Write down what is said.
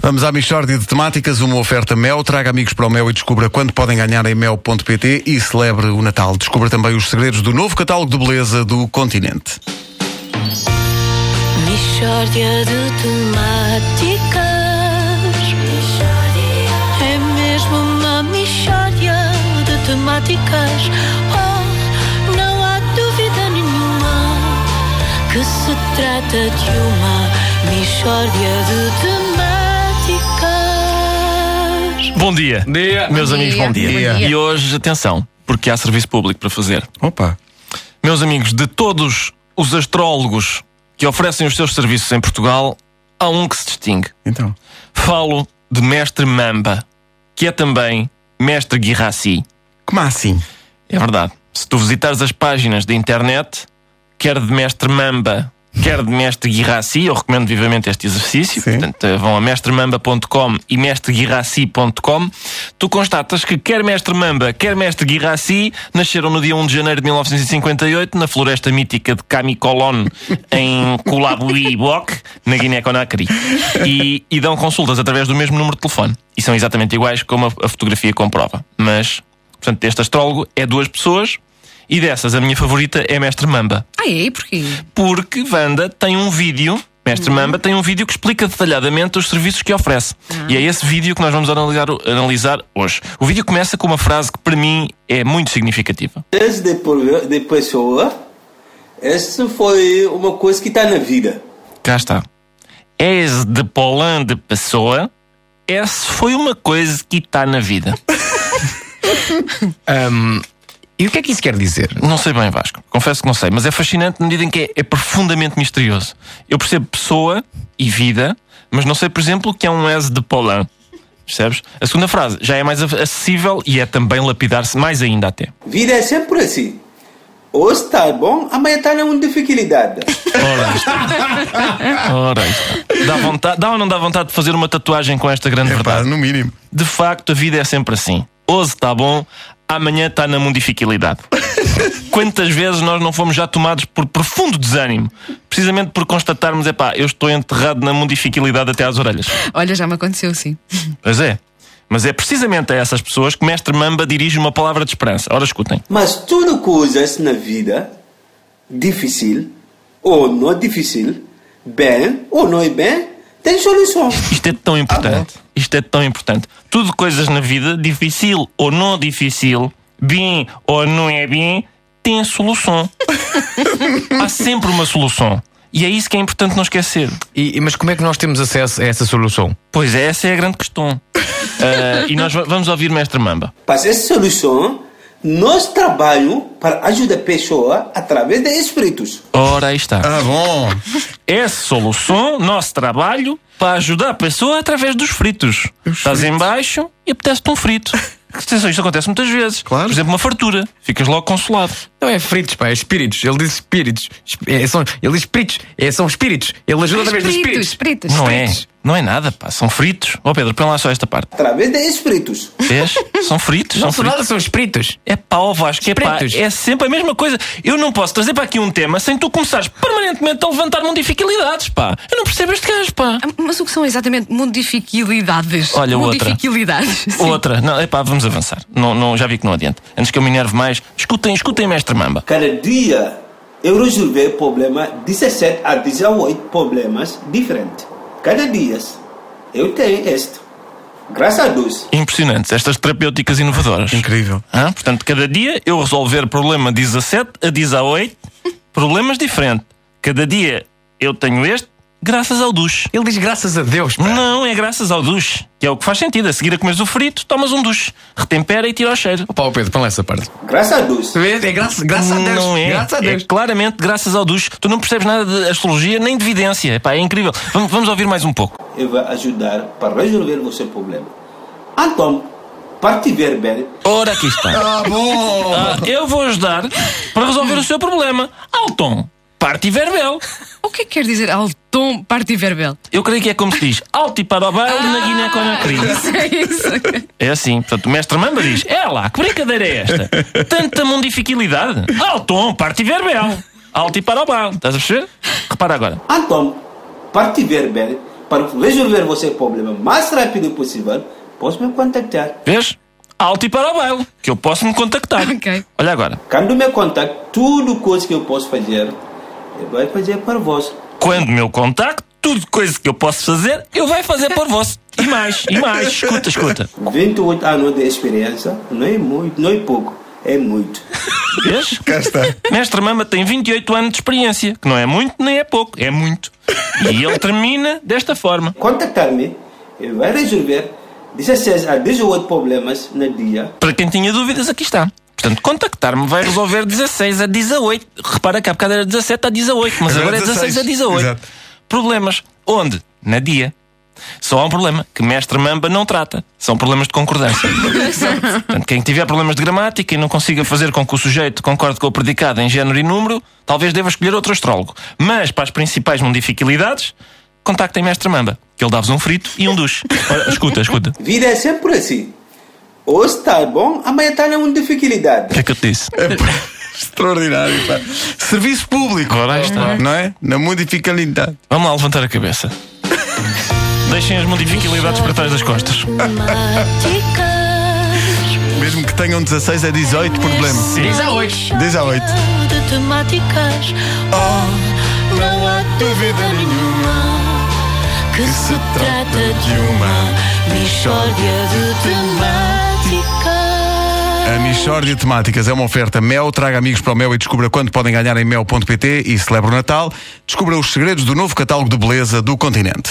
Vamos à Michórdia de Temáticas, uma oferta Mel. Traga amigos para o Mel e descubra quanto podem ganhar em mel.pt e celebre o Natal. Descubra também os segredos do novo catálogo de beleza do continente. Mistória de temáticas. É mesmo uma mistória de temáticas. Oh, não há dúvida nenhuma que se trata de uma mistória de temáticas. Bom dia. Dia. Meus amigos, bom dia. Bom dia. E hoje, atenção, porque há serviço público para fazer. Opa! Meus amigos, de todos os astrólogos que oferecem os seus serviços em Portugal, há um que se distingue. Então. Falo de Mestre Mamba, que é também Mestre Guirassi. Como assim? É verdade. Se tu visitares as páginas da internet, quer de Mestre Mamba, quer de Mestre Guirassi, eu recomendo vivamente este exercício. Sim. Portanto, eh, vão a mestremamba.com e mestreguirassi.com. Tu constatas que quer Mestre Mamba, quer Mestre Guirassi nasceram no dia 1 de janeiro de 1958 na floresta mítica de Kamikolon, em Kulabuibok, na Guiné-Conakry. E, e dão consultas através do mesmo número de telefone. E são exatamente iguais, como a- a fotografia comprova. Mas Portanto, este astrólogo é duas pessoas e dessas a minha favorita é Mestre Mamba. Ah, é? E porquê? Porque Wanda tem um vídeo, Mestre Mamba tem um vídeo que explica detalhadamente os serviços que oferece. E é esse vídeo que nós vamos analisar, analisar hoje. O vídeo começa com uma frase que para mim é muito significativa. Esse de, por- de pessoa, isso foi uma coisa que está na vida. Cá está. És de Polã de pessoa, essa foi uma coisa que está na vida. E o que é que isso quer dizer? Não sei bem, Vasco. Confesso que não sei, mas é fascinante na medida em que é, é profundamente misterioso. Eu percebo pessoa e vida, mas não sei, por exemplo, o que é um S de Polan. Percebes? A segunda frase já é mais a- acessível e é também lapidar-se mais ainda até. Vida é sempre assim. Hoje está bom, amanhã está numa dificuldade. Ora, aí está. Ora, aí está. Dá, vontade, dá ou não dá vontade de fazer uma tatuagem com esta grande Epá, verdade? no mínimo. De facto, a vida é sempre assim. Hoje está bom, amanhã está na mundificilidade. Quantas vezes nós não fomos já tomados por profundo desânimo, precisamente por constatarmos, epá, eu estou enterrado na mundificilidade até às orelhas. Olha, já me aconteceu, sim. Pois é. Mas é precisamente a essas pessoas que Mestre Mamba dirige uma palavra de esperança. Ora, escutem. Mas tudo coisas na vida, difícil ou não difícil, bem ou não é bem, tem solução. Isto é tão importante. Isto é tão importante. Tudo coisas na vida, difícil ou não difícil, bem ou não é bem, tem solução. Há sempre uma solução. E é isso que é importante não esquecer. E, e- mas como é que nós temos acesso a essa solução? Pois é, essa é a grande questão. Ah, e nós va- vamos ouvir Mestre Mamba. Mas essa solução, nós trabalhamos para ajudar a pessoa através de espíritos. Ora, aí está. Ah, bom. Essa solução, nosso trabalho, para ajudar a pessoa através dos fritos. Estás em baixo e apetece-te um frito. Atenção, isto acontece muitas vezes. Claro. Por exemplo, uma fartura. Ficas logo consolado. Não é fritos, pá, é espíritos. Ele diz espíritos. Esp- é, são, ele diz espíritos. É, são espíritos. Ele ajuda através dos Espíritos, espíritos. espíritos. Não é? espíritos. Não é nada, pá. São fritos. Ó Pedro, põe lá só esta parte. Através de espíritos. Vês? São fritos. São Não são fritos. nada, são espíritos. É pá, ó Vasco, é pá, Espreitos. é sempre a mesma coisa. Eu não posso trazer para aqui um tema sem tu começares permanentemente a levantar mundificalidades, pá. Eu não percebo este gajo, pá. Ah, Mas o que são exatamente modifiquilidades? Olha, outra. Modifiquilidades. sim. Outra. Não, epá, vamos avançar. Não, não, já vi que não adianta. Antes que eu me enerve mais, escutem, escutem, mestre Mamba. Cada dia eu resolvi problema 17 a 18 problemas diferentes. Cada dia eu tenho este. Graças a Deus. Impressionantes, estas terapêuticas inovadoras. Incrível. Hã? Portanto, cada dia eu resolver problema 17 a 18, problemas diferentes. Cada dia eu tenho este, graças ao duche. Ele diz graças a Deus, pá. Não, é graças ao duche, que é o que faz sentido. A seguir a comeres o frito, tomas um duche, retempera e tira o cheiro. Pá, ó Pedro, põe lá essa parte. Graças a Deus. Tu vês? É graça, graças a Deus. Não é. Graças a Deus. É claramente graças ao duche. Tu não percebes nada de astrologia nem de evidência. Epá, é incrível. Vamos, vamos ouvir mais um pouco. Eu vou ajudar para resolver o seu problema. Então, para te ver bem, Ora, aqui está. Ah, bom. Ah, eu vou ajudar para resolver o seu problema. Alton, parte e verbel. O que é que quer dizer Alton Partiverbel? Eu creio que é como se diz alto e para o baile na Guiné-Conakry. Isso é isso. É assim. Portanto, o mestre Mamba diz: É lá, que brincadeira é esta? Tanta mundificilidade. Alton, parte e verbel. Alto e para o baile. Estás a perceber? Repara agora. então, para te ver bem, para resolver o seu problema o mais rápido possível, pode me contactar. Vês? Alto e para o baile, que eu posso me contactar. Ok. Olha agora. Quando me contacta, tudo coisa que eu posso fazer, eu vou fazer para vós. Quando me contacto, tudo coisa que eu posso fazer, eu vou fazer por vós. E mais, e mais. Escuta, escuta. 28 anos de experiência, não é muito, não é pouco, é muito. Vês? Cá está. Mestre Mama tem 28 anos de experiência, que não é muito nem é pouco, é muito. E ele termina desta forma. Contactar-me, eu vou resolver 16 a 18 problemas no dia. Para quem tinha dúvidas, aqui está. Portanto, contactar-me vai resolver 16 a 18. Repara que há bocado era 17 a 18, mas Agora agora, é 16 a 18. Exato. Problemas. Onde? Na dia. Só há um problema que Mestre Mamba não trata. São problemas de concordância. Portanto, quem tiver problemas de gramática e não consiga fazer com que o sujeito concorde com o predicado em género e número, talvez deva escolher outro astrólogo. Mas, para as principais mundificilidades, contactem Mestre Mamba, que ele dá-vos um frito e um duche. Ora, escuta, escuta. Vida é sempre assim. Hoje está bom, amanhã tá está numa O dificuldade. que é que eu te disse? É, pá, Extraordinário, pá. Serviço público. Ora, aí está. Não é? Na modificalidade. Vamos lá levantar a cabeça. Deixem as modificabilidades para trás das costas. Temáticas. Mesmo que tenham é 16 a 18 problemas. Sim. a oito. Diz a oito. De temáticas. Oh, não há dúvida nenhuma que se trata de uma mistória de temáticas. A Michórdia de Temáticas é uma oferta Mel. Traga amigos para o Mel e descubra quanto podem ganhar em mel.pt e celebra o Natal. Descubra os segredos do novo catálogo de beleza do continente.